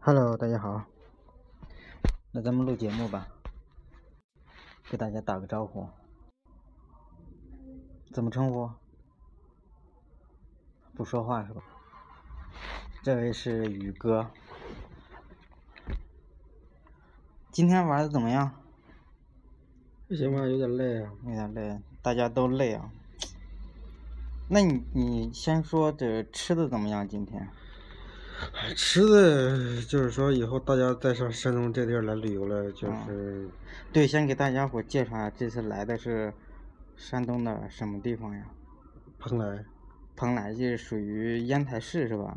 好，那咱们录节目吧，给大家打个招呼，怎么称呼？不说话是吧？这位是宇哥，今天玩的怎么样？不行吧，有点累 啊。有点累，大家都累啊。那你你先说这吃的怎么样？今天哎吃的，就是说以后大家再上山东这地儿来旅游了，就是对，先给大家伙介绍一下，这次来的是山东的什么地方呀？蓬莱，蓬莱就是属于烟台市是吧？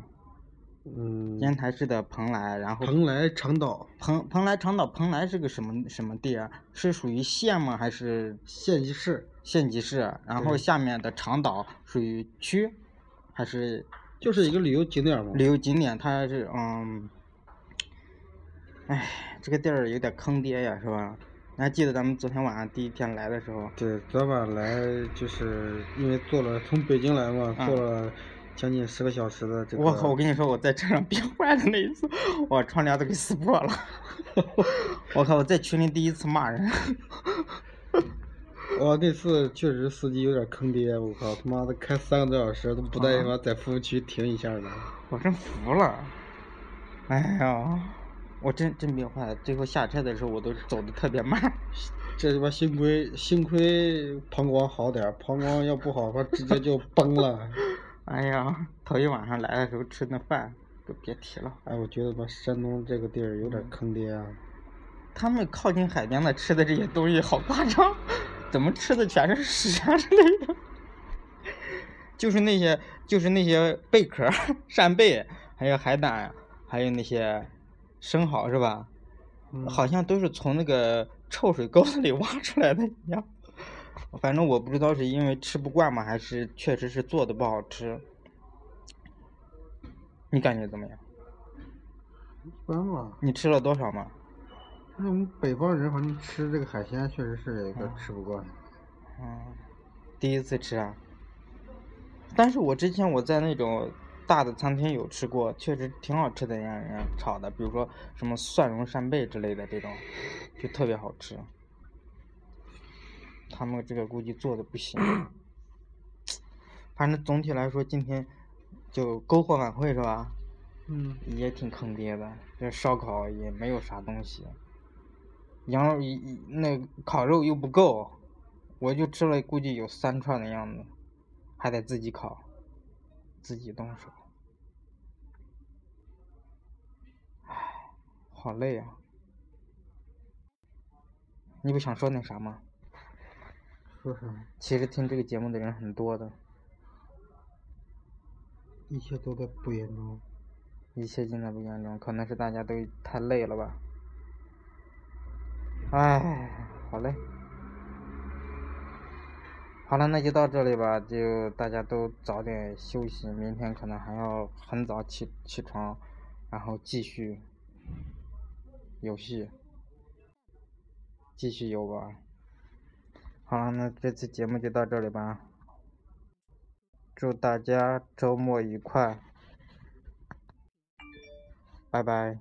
嗯，烟台市的蓬莱，然后蓬莱、长岛蓬蓬莱长岛，蓬莱是个什么什么地儿？是属于县吗？还是县级市，县级市？啊然后对下面的长岛属于区，还是就是一个旅游景点嘛。旅游景点？它是嗯，哎，这个地儿有点坑爹呀，是吧？你还记得咱们昨天晚上第一天来的时候，对，昨晚来就是因为坐了从北京来嘛，嗯坐了将近十个小时的这个。我靠！我跟你说，我在车上 憋坏的那一次，我窗帘都给撕破了。 我靠！我在群里第一次骂人。 我那次确实司机有点坑爹，我靠，他妈的开三个多小时都不带他妈在服务区停一下的。我真服了，哎呀，我真真憋坏了。最后下车的时候，我都走的特别慢。这他妈幸亏幸亏膀胱好点儿，膀胱要不好的话直接就崩了。哎呀，头一晚上来的时候吃那饭，就别提了。哎，我觉得吧，山东这个地儿有点坑爹啊。他们靠近海边的吃的这些东西好夸张，怎么吃的全是屎啊之类的？就是那些，就是那些贝壳儿、扇贝，还有海胆，还有那些生蚝是吧？嗯好像都是从那个臭水沟子里挖出来的一样。反正我不知道是因为吃不惯吗，还是确实是做的不好吃。你感觉怎么样？一般吧，你吃了多少吗？啊那我们北方人反正吃这个海鲜确实是有一个嗯吃不惯。嗯，第一次吃啊。但是我之前我在那种大的餐厅有吃过，确实挺好吃的，让人炒的，比如说什么蒜蓉扇贝之类的这种，就特别好吃。他们这个估计做的不行。反正总体来说，今天就篝火晚会是吧？嗯，也挺坑爹的，这烧烤也没有啥东西，羊肉一一那烤肉又不够，我就吃了估计有三串的样子，还得自己烤，自己动手，唉，好累啊！你不想说那啥吗？说啥？其实听这个节目的人很多的，一切都在不言中。一切尽在不言中，可能是大家都太累了吧。唉，好嘞。好了，那就到这里吧，就大家都早点休息，明天可能还要很早起起床，然后继续游戏，继续游玩。好了，那这期节目就到这里吧，祝大家周末愉快，拜拜。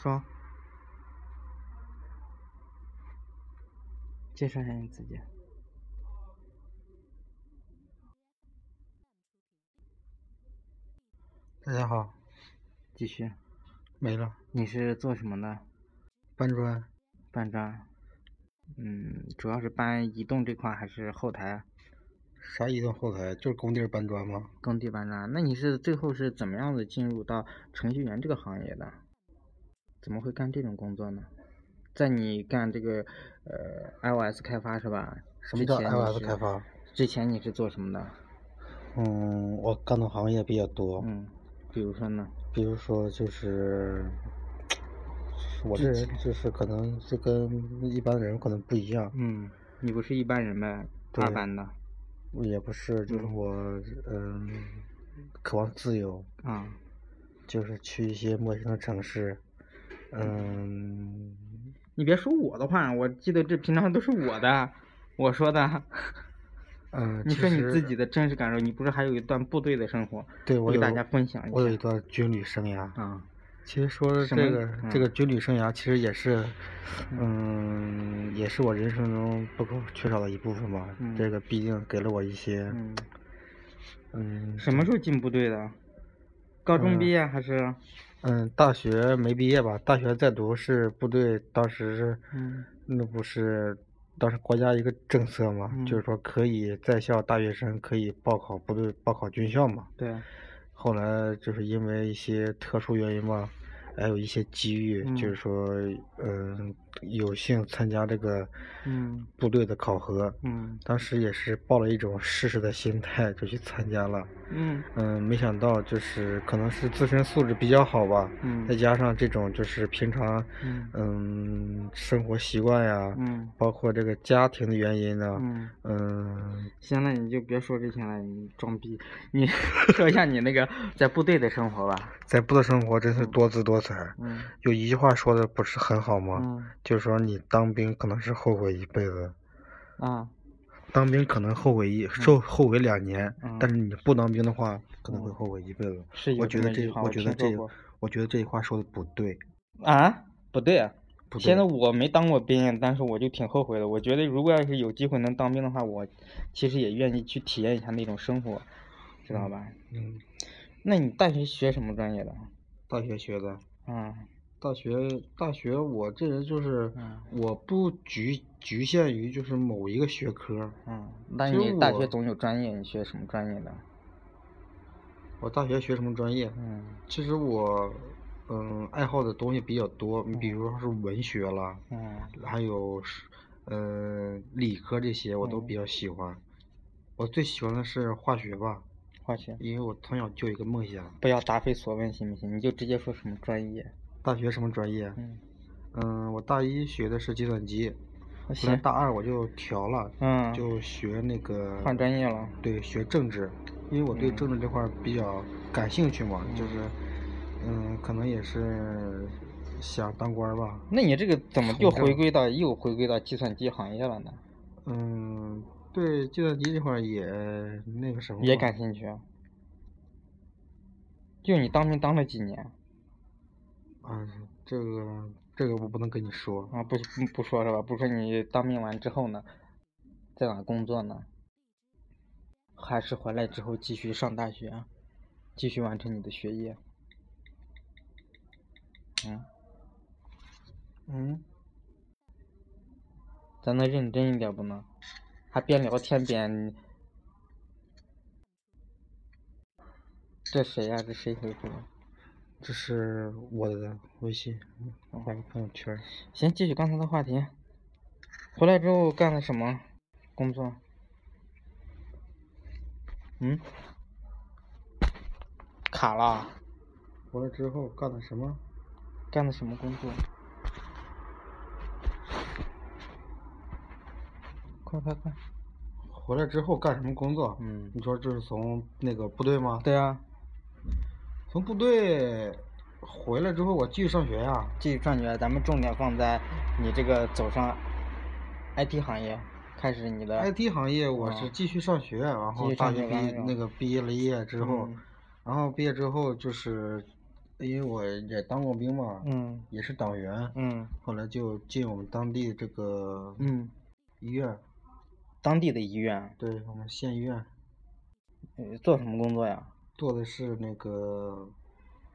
说，介绍一下你自己。大家好，继续，没了。你是做什么的？搬砖，搬砖？嗯，主要是搬移动这块还是后台啥移动后台？就是工地儿搬砖吗？工地搬砖？那你是最后是怎么样子进入到程序员这个行业的？怎么会干这种工作呢？在你干这个呃 iOS 开发是吧？什么叫之前你 iOS 是开？发？之前你是做什么的？嗯，我干的行嗯业比较多，嗯，比如说呢？比如说就是我这人就是可能这跟一般人可能不一样，嗯，你不是一般人呗，对二班的也不是，就是嗯我嗯，渴望自由，啊，就是去一些陌生的城市，嗯，你别说我的话，我记得这平常都是我的，我说 的。嗯，你其说你自实己的真实感受，你不是还有一段部队的生活？对我我给有大家分享一下。我有一段军旅生涯，啊，其实说是什这么个这嗯个军旅生涯，其实也是，嗯，也是我人生中不可缺少的一部分吧。这嗯个毕竟给了我一些，嗯，嗯，什么时候进部队的？高中嗯毕业还是？嗯，大学没毕业吧？大学在读是部队，当时是，嗯那不是当时国家一个政策嘛，就嗯是说可以在校大学生可以报考部队，报考军校嘛。对，后来就是因为一些特殊原因吧，还有一些机遇，嗯就是说，嗯，有幸参加这个嗯部队的考核，嗯当时也是抱了一种试试的心态就去参加了。嗯嗯，没想到就是可能是自身素质比较好吧，嗯再加上这种就是平常，嗯嗯，生活习惯呀，嗯包括这个家庭的原因呢，嗯，嗯，行了，你就别说这些了，你装逼。你 说一下你那个在部队的生活吧。在部队生活真是嗯多姿多彩。嗯有一句话说的不是很好吗？嗯就是说你当兵可能是后悔一辈子，啊当兵可能后悔一受后悔两年，但是你不当兵的话可能会嗯后悔一辈子。是有我这觉得么一这句话我我觉得听说这过我觉得这句话说的不对，啊，不对啊。不对。现在我没当过兵，但是我就挺后悔的。我觉得如果要是有机会能当兵的话，我其实也愿意去体验一下那种生活，知道吧？嗯，那你大学学什么专业的？大学学的，啊，大学大学我这人就是嗯我不局局限于就是某一个学科，嗯，那其实你大我学总有专业，你学什么专业的？我大学学什么专业？嗯其实我嗯爱好的东西比较多，你比如说是文学啦，嗯还有是呃理科这些我都比哦较喜欢。我最喜欢的是化学吧，化学，因为我从小就有一个梦想。不要答非所问，行不行？你就直接说什么专业。大学什么专业？嗯，嗯，我大一学的是计算机，好后来行，大二我就调了，嗯，就学那个换专业了。对，学政治，因为我对嗯政治这块儿比较感兴趣嘛，就是，嗯，可能也是想当官儿吧，那你这个怎么从又政回归到又回归到计算机行业了呢？嗯，对计算机这块儿也那个什么，也感，兴趣啊？就你当兵当了几年嗯，这个这个我不能跟你说，啊？不不不说是吧？不说你当兵完之后呢，在哪工作呢？还是回来之后继续上大学，啊继续完成你的学业？嗯，嗯，咱能认真一点不能？还边聊天边……这谁呀、这谁回复的？这是我的微信，嗯发个朋友圈儿，行，继续刚才的话题。回来之后干了什么工作？嗯，卡了，完了之后干的什么？干的什么工作？快快快！回来之后干什么工作？嗯，你说这是从那个部队吗？对啊，从部队回来之后，我继续上学呀、继续转学，咱们重点放在你这个走上 IT 行业，开始你的 IT 行业我是啊继续上学，然后继续大上学学毕完业了那个毕业了业之后，嗯然后毕业之后就是因为我也当过兵嘛，嗯也是党员，嗯后来就进我们当地这个嗯，医院，当地的医院，对我们县医院呃做什么工作呀？做的是那个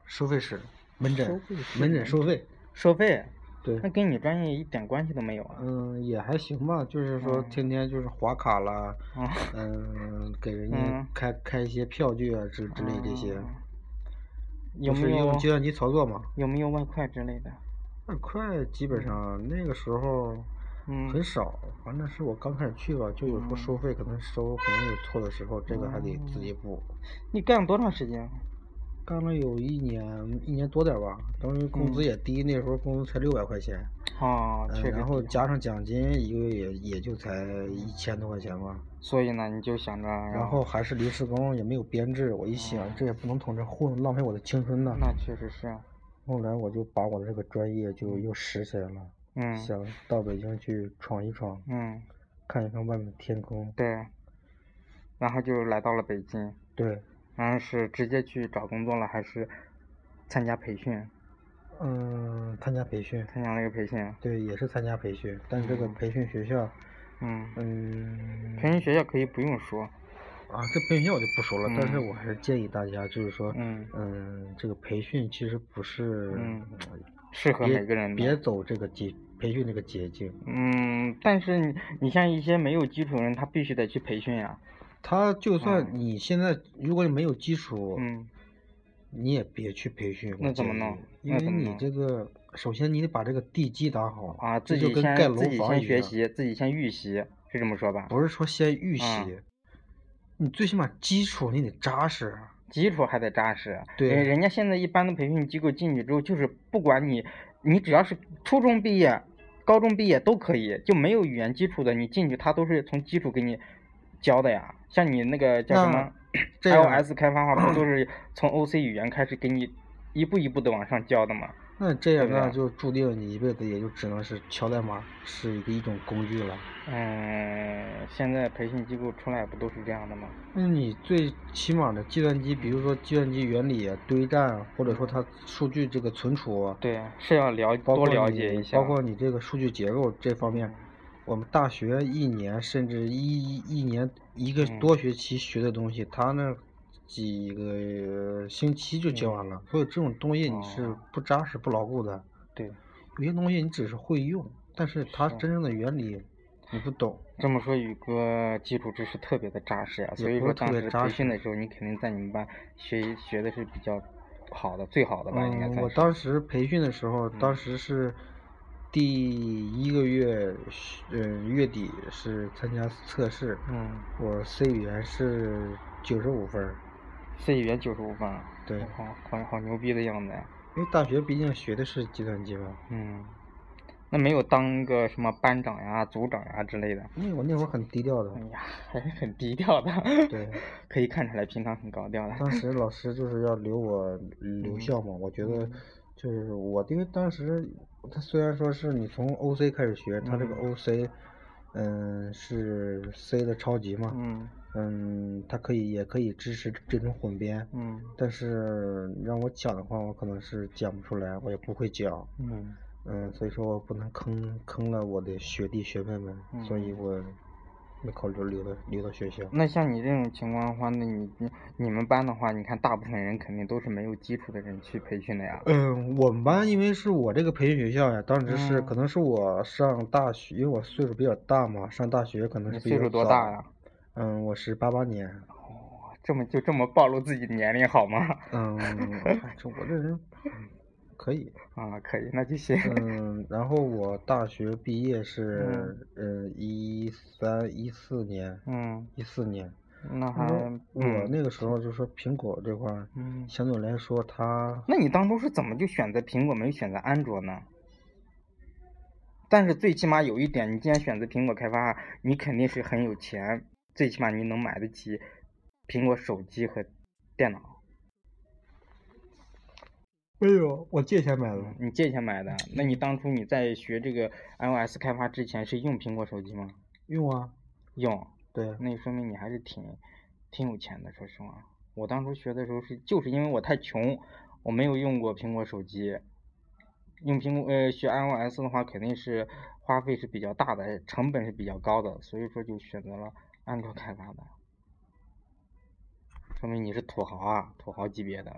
收费室门诊收费室门门诊收费，收费。啊对那，跟你专业一点关系都没有啊！嗯也还行吧，就是说嗯天天就是划卡啦，啊，嗯给人家嗯开开一些票据啊之之类这些。啊有不没是有用计算机操作嘛？有没有外快之类的？二块基本上那个时候嗯，很少，反正是我刚开始去吧，就有时嗯候收费嗯可能收可能有错的时候，这个还得自己补。你干了多长时间啊？干了有一年一年多点儿吧，当时工资嗯也低，那时候工资才六百块钱，啊，嗯确实然后低加上奖金一个月也也就才一千多块钱吧，所以呢，你就想着，然后还是临时工，也没有编制，我一啊想这也不能总这糊弄，浪费我的青春呐。那确实是，后来我就把我的这个专业就又拾起来了，嗯想到北京去闯一闯，嗯，看一看外面的天空。对，然后就来到了北京，对，然后是直接去找工作了，还是参加培训？嗯，参加培训，参加了一个培训，对，也是参加培训，但是这个嗯培训学校，嗯，嗯，培训学校可以不用说，啊，这培训学校我就不说了，但是嗯我还是建议大家，就是说，嗯，嗯，这个培训其实不是，嗯适合别每个人别的。走这个捷培训这个捷径，嗯，但是你你像一些没有基础的人，他必须得去培训呀、他就算嗯你现在如果你没有基础，嗯，你也别去培训。我那怎么建议弄因那为怎么你弄这个，首先你得把这个地基打好啊，这自就己跟盖先楼自己房先一学样，习，自己先预习，是这么说吧？不是说先预习，啊你最起码基础你得扎实。啊基础还得扎实。对人人家现在一般的培训机构进去之后，就是不管你，你只要是初中毕业、高中毕业都可以，就没有语言基础的，你进去他都是从基础给你教的呀。像你那个叫什么这样 iOS 开发的话，不都 是从 OC 语言开始给你一步一步的往上教的吗？那这样对不那对就注定你一辈子也就只能是敲代码，是一个一种工具了。嗯，现在培训机构出来不都是这样的吗？那你最起码的计算机，比如说计算机原理、啊、堆栈啊，或者说它数据这个存储啊，对，是要了包多括了你解一下。包括你这个数据结构这方面，我们大学一年甚至一一年一个嗯多学期学的东西，他那几个呃星期就教完了。所以这种东西你是嗯哦不扎实、不牢固的。对，有些东西你只是会用，但是它是真正的原理你不懂。这么说，宇哥基础知识特别的扎实呀、也所以不说是特当别时扎培训实的时候，你肯定在你们班学学的是比较好的，最好的吧，应该嗯嗯，算我是。当时培训的时候，当时是第一个月，嗯、月底是参加测试，嗯我 C 语言是九十五分儿， ，C 语言九十五分，啊对好好好牛逼的样子呀。因为大学毕竟学的是计算机嘛。嗯，那没有当个什么班长呀、组长呀之类的。那我那会儿很低调的哎，呀，还是很低调的。对， 可以看出来平常很高调的。当时老师就是要留我留嗯校嘛，我觉得嗯就是我，因为当时他虽然说是你从 OC 开始学，他这个嗯 OC，嗯，是 C 的超级嘛，嗯嗯，它可以也可以支持这种混编，嗯但是让我讲的话，我可能是讲不出来，我也不会讲，嗯，嗯，所以说我不能坑坑了我的学弟学妹们，所以嗯我没考虑留到留到学校。那像你这种情况的话，那你你你们班的话，你看大部分人肯定都是没有基础的人去培训的呀。嗯，我们班因为是我这个培训学校呀，当时是、可嗯能是我上大学，因为我岁数比较大嘛，上大学可能你是比岁较数多早大呀？嗯，我是八八年。哇这么就这么暴露自己的年龄好吗？ 嗯，哎这我这人可以。啊，可以，那就行。嗯，然后我大学毕业是嗯一三一四年，嗯，一四年。那还因为我嗯那个时候就说苹果这块儿嗯，相对来说它那你当初是怎么就选择苹果，没有选择安卓呢？但是最起码有一点，你既然选择苹果开发，你肯定是很有钱，最起码你能买得起苹果手机和电脑。没有，我借钱买的。你哎借钱买的？那你当初你在学这个 iOS 开发之前是用苹果手机吗？用啊，用，对，那说明你还是挺挺有钱的。说实话，我当初学的时候是就是因为我太穷，我没有用过苹果手机。用苹果呃学 iOS 的话，肯定是花费是比较大的，成本是比较高的，所以说就选择了安卓开发的。说明你是土豪啊，土豪级别的。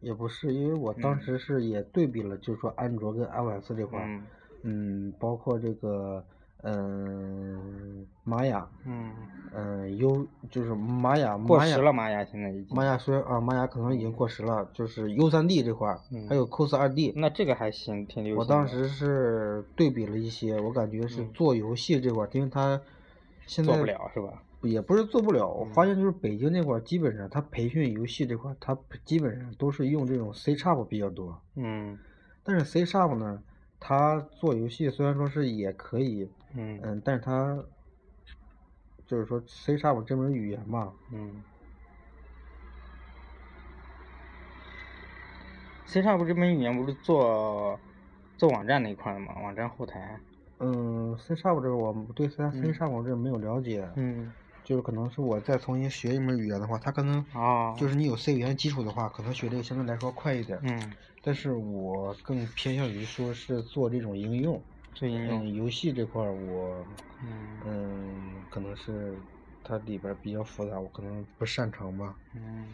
也不是，因为我当嗯时是也对比了，就是说安卓跟 iOS 这块儿，嗯嗯，包括这个嗯玛雅，嗯，嗯优就是玛雅，过玛时雅了玛雅现在已经。玛雅虽然啊玛雅可能已经过时了，就是 U 3 D 这块儿，嗯还有 Cos 2 D，那这个还行，挺流行的。我当时是对比了一些，我感觉是嗯做游戏这块儿，因为它现做在不了是吧？也不是做不了，我发嗯现就是北京那块儿，基本上他培训游戏这块儿，他基本上都是用这种 C Sharp 比较多。嗯但是 C Sharp 呢，它做游戏虽然说是也可以，嗯嗯，但是它就是说 C Sharp 这门语言嘛嗯。C 上不这门语言不是做做网站那一块儿的吗？网站后台。嗯，C Sharp 这个我们对 C C 嗯 Sharp 这没有了解，嗯。就是可能是我再重新学一门语言的话，它可能哦。就是你有 C 语言基础的话，可能学这个相对来说快一点。嗯，但是我更偏向于说是做这种应用，做应用。嗯，游戏这块儿我嗯嗯可能是它里边儿比较复杂，我可能不擅长吧。嗯。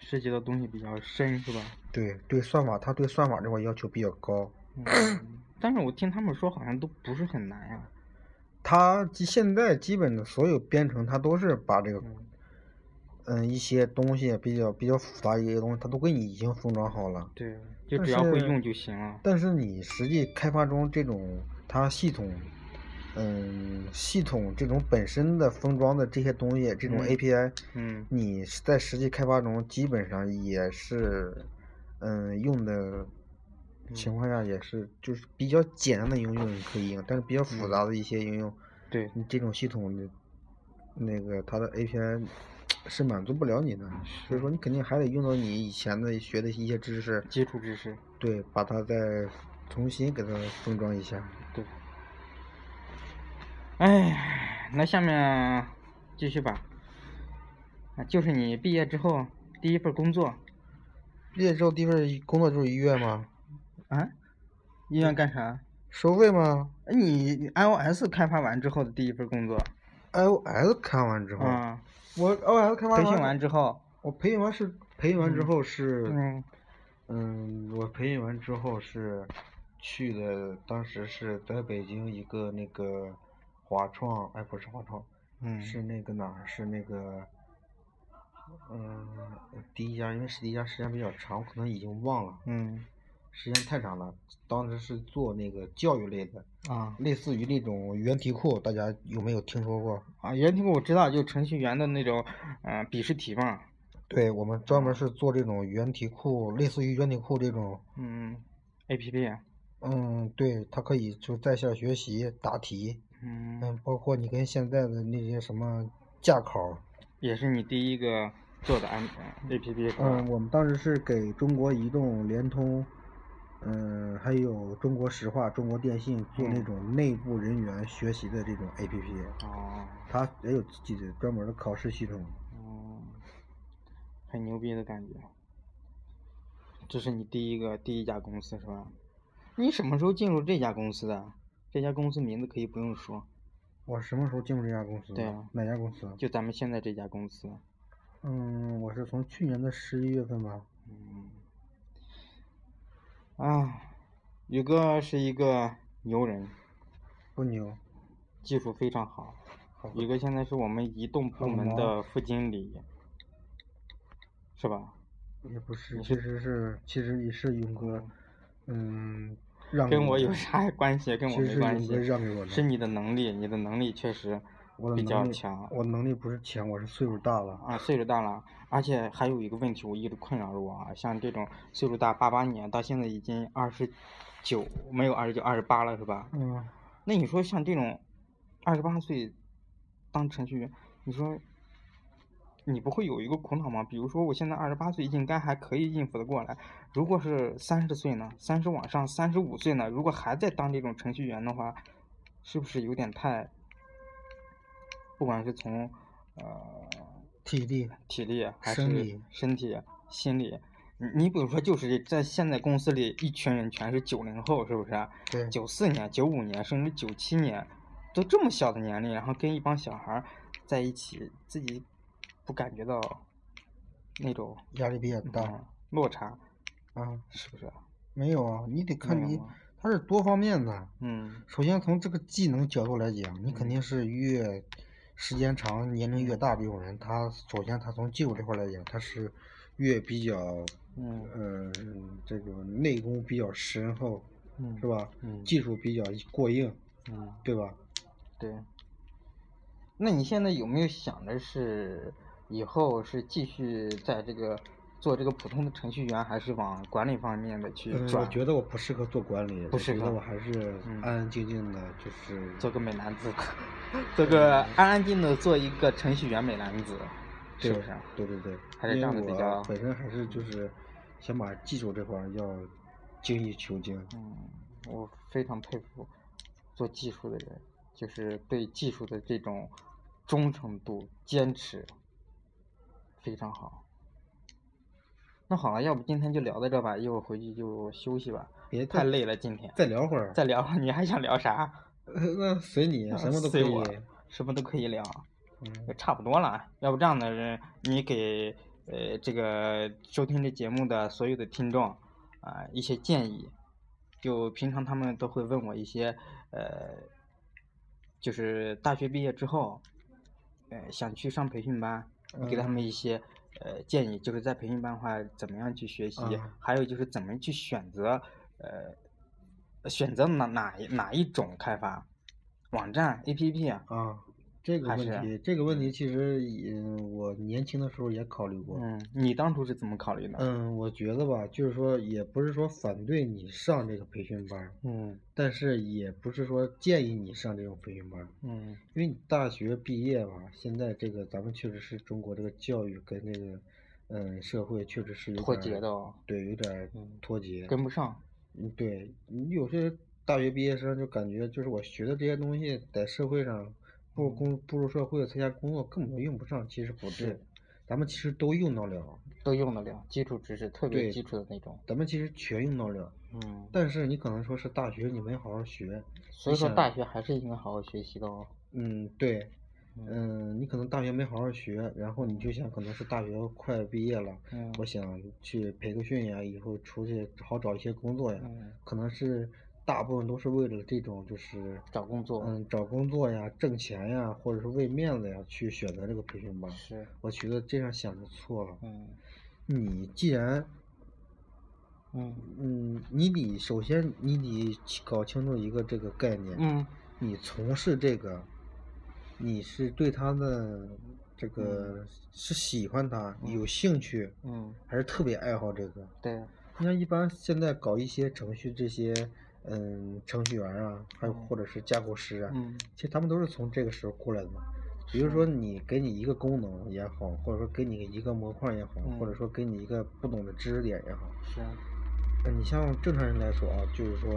涉及的东西比较深是吧？对对，算法它对算法这块要求比较高。 嗯。但是我听他们说好像都不是很难呀。它基现在基本的所有编程，它都是把这个嗯嗯一些东西比较比较复杂一些东西，它都给你已经封装好了。对，就但只要会是用就行了。但是你实际开发中这种它系统，嗯，系统这种本身的封装的这些东西，这种嗯 API，嗯你是在实际开发中基本上也是，嗯，用的情嗯况下也是就是比较简单的应用你可以用，但是比较复嗯杂的一些应用，对，你这种系统的那个它的 API 是满足不了你的，所以说你肯定还得用到你以前的学的一些知识。基础知识。对，把它再重新给它封装一下。对。哎，那下面继续吧。啊，就是你毕业之后第一份工作毕业之后第一份工作就是医院吗？啊，医院干啥？收费吗哎你你 iOS 开发完之后的第一份工作？iOS 看完之后，啊，我 iOS 开发培训完，之后，我培训完是培训完之嗯后是，嗯嗯我培训完之后是去的，当时是在北京一个那个华创，哎，不是华创，嗯是那个哪儿？是那个，嗯，第一家，因为是第一家时间比较长，我可能已经忘了。嗯时间太长了，当时是做那个教育类的，啊类似于那种原题库，大家有没有听说过？啊，原题库我知道，就程序员的那种嗯、呃笔试题嘛，对我们专门是做这种原题库，类似于原题库这种，嗯，A P P，嗯，对，它可以就在线学习答题，嗯，嗯，包括你跟现在的那些什么驾考，也是你第一个做的 M 呃 A P P 是吧？嗯，我们当时是给中国移动、联通，嗯，还有中国石化、中国电信做那嗯种内部人员学习的这种 APP，哦。它也有自己的专门的考试系统。嗯，很牛逼的感觉。这是你第一个第一家公司是吧？你什么时候进入这家公司的？这家公司名字可以不用说，我什么时候进入这家公司？对啊哪家公司？就咱们现在这家公司。嗯，我是从去年的十一月份吧。嗯，啊，宇哥是一个牛人，不牛，技术非常好。好吧宇哥现在是我们移动部好门忙的副经理，是嗯吧？也不是，你其是实是其实也是勇哥，嗯，让跟给我有的啥关系？跟我其实没是关勇系哥。让给我的。是你的能力，你的能力确实我的比较能力强我能力不是强，我是岁数大了。啊，岁数大了，而且还有一个问题，我一直困扰着我啊，像这种岁数大，八八年到现在已经二十九，没有二十九，二十八了是吧？嗯，那你说像这种二十八岁当程序员，你说你不会有一个苦恼吗？比如说我现在二十八岁应该还可以应付得过来，如果是三十岁呢，三十往上，三十五岁呢，如果还在当这种程序员的话，是不是有点太？不管是从呃体力，体力还生是理身体、心理，你你比如说就是在现在公司里，一群人全是九零后，是不是？啊对，九四年、九五年，甚至九七年，都这么小的年龄，然后跟一帮小孩儿在一起，自己不感觉到那种压力比较大嗯落差，啊。是不是？没有啊，你得看嗯没有你吗，它是多方面的。嗯首先从这个技能角度来讲，你肯定是越时间长、年龄越大这种人，他首先他从技术这块儿来讲，他是越比较，嗯呃，这个内功比较深厚，嗯，是？吧？嗯技术比较过硬，嗯，对吧？对。那你现在有没有想着是以后是继续在这个做这个普通的程序员，还是往管理方面的去嗯，转？我觉得我不适合做管理，不我适觉得合我还是嗯安安静静的，就是做个美男 子，做个安安静的做一个程序员美男子，是对不是？啊对对对，还是这因样为的比我较本身还是就是想把技术这块儿要精益求精。嗯，我非常佩服做技术的人，就是对技术的这种忠诚度、坚持，非常好。那好了，要不今天就聊到这吧，一会儿回去就休息吧，别太再累了今天。再聊会儿，呃再聊，你还想聊啥？那随你，啊什么都可随以。我什么都可以聊，嗯，差不多了。啊要不这样的人，你给呃这个收听这节目的所有的听众啊、一些建议，就平常他们都会问我一些呃，就是大学毕业之后，呃想去上培训班，你给他嗯们一些。呃，建议就是在培训班的话，怎么样去学习，嗯还有就是怎么去选择，呃，选择哪哪一哪一种开发网站、APP 啊，啊，这个还问是啊题，这个问题其实也我年轻的时候也考虑过。嗯，你当初是怎么考虑的？嗯，我觉得吧，就是说，也不是说反对你上这个培训班儿，嗯但是也不是说建议你上这种培训班儿，嗯因为你大学毕业吧，现在这个咱们确实是中国这个教育跟这个，嗯，社会确实是有脱点节儿的哦，对，有点儿嗯脱节。跟不上。嗯，对，你有些大学毕业生就感觉就是我学的这些东西在社会上嗯步入工步入社会参加工作根本就用不上，其实不是是，咱们其实都用到了，都用得了，基础知识特别对基础的那种。咱们其实全用到了，嗯，但是你可能说是大学你没好好学，所以说想大学还是应该好好学习的哦。嗯，对，嗯，你可能大学没好好学，然后你就想可能是大学快毕业了，嗯我想去培个训呀，以后出去好找一些工作呀，嗯，可能是大部分都是为了这种就是。找工作、嗯，找工作呀、挣钱呀，或者是为面子呀，去选择这个培训班。是，我觉得这样想就错了。嗯你既然，嗯嗯，你得首先你得起搞清楚一个这个概念，嗯，你从事这个，你是对他的这个、是喜欢他、有兴趣，嗯，还是特别爱好这个？对，你看，一般现在搞一些程序这些，嗯，程序员啊，还有嗯或者是架构师啊，嗯其实他们都是从这个时候过来的。比如是啊说，你给你一个功能也好，或者说给你一个模块也好，或者嗯说给你一个不懂的知识点也好，是，呃你像正常人来说啊，就是说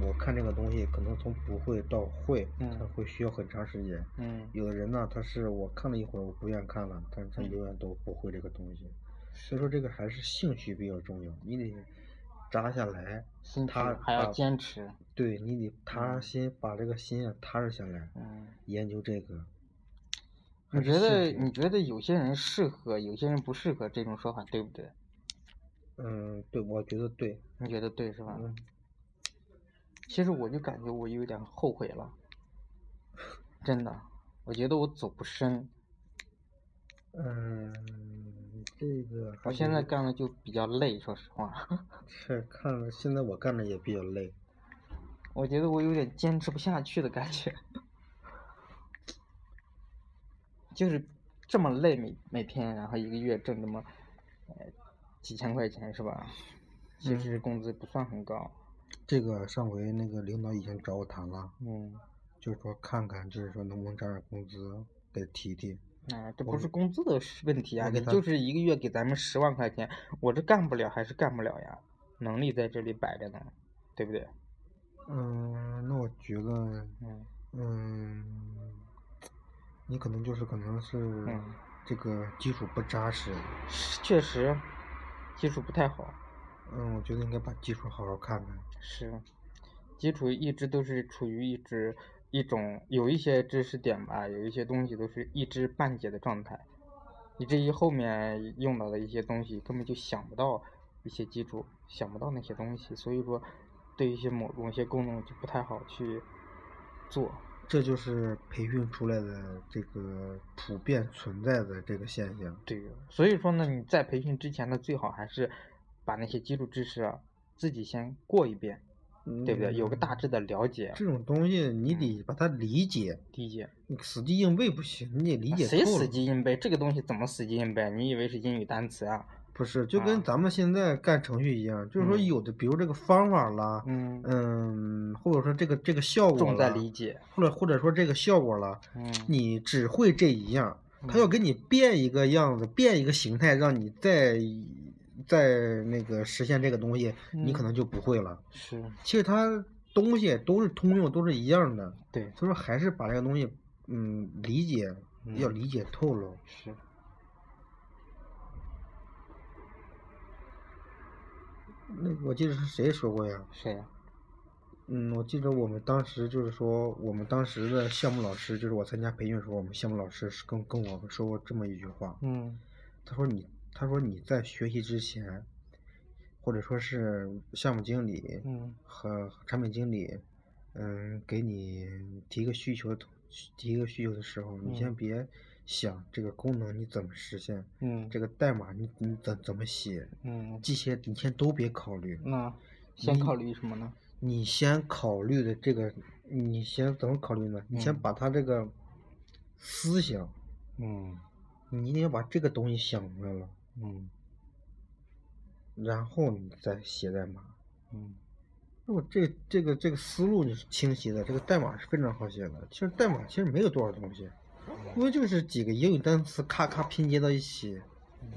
我看这个东西可能从不会到会，它嗯会需要很长时间。嗯有的人呢，他是我看了一会儿，我不愿看了，但是他嗯永远都不会这个东西。所以说，这个还是兴趣比较重要，你得扎下来，心他情还要把坚持。对你得踏嗯心，把这个心啊踏实下来，嗯，研究这个。还你是觉得兴趣你觉得有些人适合，有些人不适合这种说法，对不对？嗯，对，我觉得对，你觉得对是吧？嗯，其实我就感觉我有点后悔了，真的，我觉得我走不深，嗯，这个还我现在是干的就比较累，说实话， 是看了，现在我干的也比较累，我觉得我有点坚持不下去的感觉， 就是这么累每每天，然后一个月挣这么呃几千块钱是吧？其嗯实工资不算很高，这个上回那个领导已经找我谈了，嗯，就是说看看，就是说能不能涨点工资，得提提。哎、这不我是工资的问题啊，我给你他就是一个月给咱们十万块钱，我这干不了还是干不了呀，能力在这里摆着呢，对不对？嗯，那我觉得，嗯嗯，你可能就是可能是嗯，这个基础不扎实，是确实基础不太好，嗯，我觉得应该把基础好好看看。是，基础一直都是处于一直一种有一些知识点吧，有一些东西都是一知半解的状态，以至于后面用到的一些东西根本就想不到一些基础，想不到那些东西，所以说对一些某某些功能就不太好去做。这就是培训出来的这个普遍存在的这个现象。对，所以说呢，你在培训之前呢，最好还是把那些基础知识啊自己先过一遍，对不对？有个大嗯嗯致的了解，啊这种东西你得把它理解，理解。你死记硬背不行，你得理解谁透死了。记硬背？这个东西怎么死记硬背？你以为是英语单词啊？不是，就啊跟咱们现在干程序一样，就是说嗯有的，比如这个方法啦，嗯，嗯，或者说这个这个效果重在啦，理解。或者或者说这个效果啦，嗯，你只会这一样，他要嗯给你变一个样子，变一个形态，让你再再那个实现这个东西，你可嗯能就不会了。是其实它东西都是通用，都是一样的，对，所以说还是把这个东西，嗯，理解要嗯理解透了。是。那个我记得是谁说过呀？谁呀？嗯，我记得我们当时就是说，我们当时的项目老师，就是我参加培训的时候，我们项目老师是跟跟我们说过这么一句话，嗯他说你，他说你在学习之前，或者说是项目经理嗯和产品经理，嗯，给你提个需求的，提一个需求的时候，你先嗯别想这个功能你怎么实现，嗯这个代码你你怎怎么写，嗯，这些你先都别考虑，那先你考虑什么呢？你先考虑的这个，你先怎么考虑呢？你先嗯把他这个思想，嗯你一定要把这个东西想明白了，嗯然后你再写代码。嗯如果这这个这个思路你是清晰的，这个代码是非常好写的。其实代码其实没有多少东西，无非就是几个英语单词咔咔拼接到一起，嗯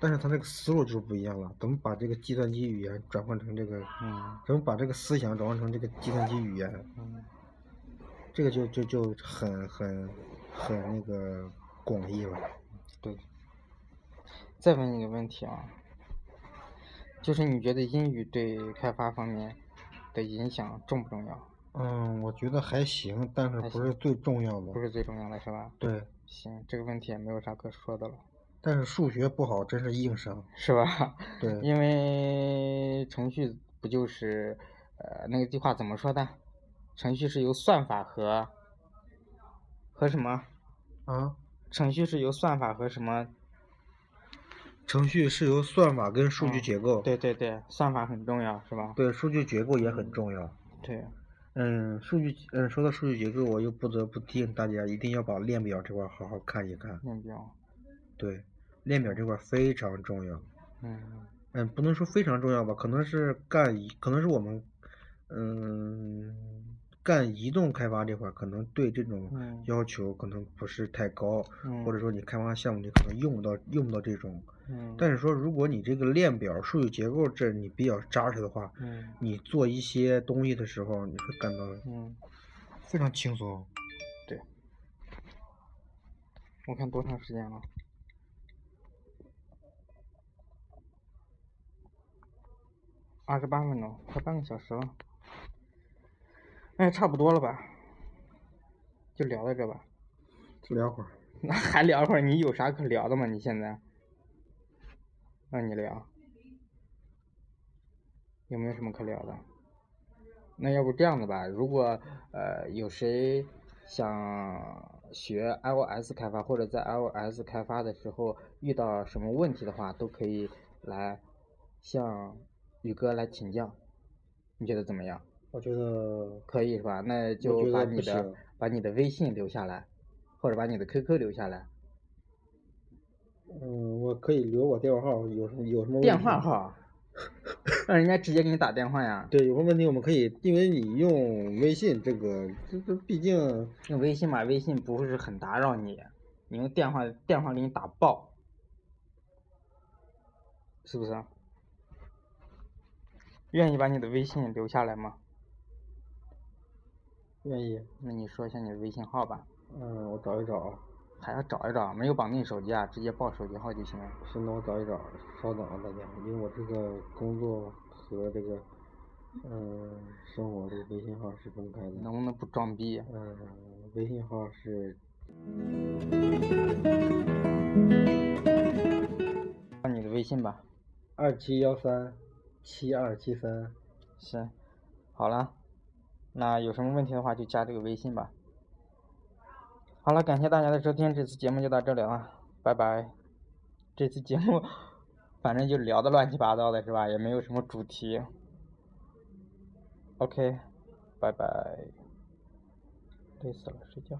但是它这个思路就是不一样了。怎么把这个计算机语言转换成这个，嗯怎么把这个思想转换成这个计算机语言？嗯这个就就就很很很那个广义了。对。再问你个问题啊，就是你觉得英语对开发方面的影响重不重要？嗯，我觉得还行，但是还不是最重要不的。是最重要的是吧？对，行，这个问题也没有啥可说的了，但是数学不好真是硬 伤。是吧？对，因为程序不就是，呃，那个句话怎么说的？程序是由算法和和什么？啊，程序是由算法和什么？程序是由算法跟数据嗯结构。对对对，算法很重要，是吧？对，数据结构也很重要。对，嗯，数据，嗯，说到数据结构，我又不得不提醒大家，一定要把链表这块儿好好看一看。目标，对，链表这块儿非常重要。嗯嗯，不能说非常重要吧，可能是干移，可能是我们，嗯，干移动开发这块儿，可能对这种嗯要求可能不是太高，嗯，或者说你开发项目里可能用不到用不到这种。嗯，但是说，如果你这个链表、数据结构这你比较扎实的话，嗯你做一些东西的时候，你会感到嗯，非常轻松。我看多长时间了？二十八分钟，快半个小时了。哎，差不多了吧？就聊到这吧。聊会儿， 那还聊会儿？你有啥可聊的吗？你现在让你聊，有没有什么可聊的？那要不这样子吧，如果呃有谁想学 iOS 开发，或者在 iOS 开发的时候遇到什么问题的话，都可以来向宇哥来请教，你觉得怎么样？我觉得可以是吧？那觉就得把不你的行把你的微信留下来，或者把你的 QQ 留下来，嗯，我可以留我电话号，有什么有什么电话？号， 让人家直接给你打电话呀。对，有什么问题我们可以，因为你用微信这个，这这毕竟，用微信嘛，微信不是很打扰你，你用电话电话给你打爆，是不是啊？愿意把你的微信留下来吗？愿意，那你说一下你的微信号吧，嗯，我找一找啊，还要找一找，没有绑定手机啊，直接报手机号就行了。是那我找一找，稍等啊，大家，因为我这个工作和这个，嗯，生活这个微信号是分开的，能不能不装逼？啊嗯，微信号是把你的微信吧。二七幺三七二七三，行，好了，那有什么问题的话就加这个微信吧。好了，感谢大家的收听，这次节目就到这里了，拜拜。这次节目反正就聊的乱七八糟的，是吧？也没有什么主题。 OK，拜拜，累死了，睡觉。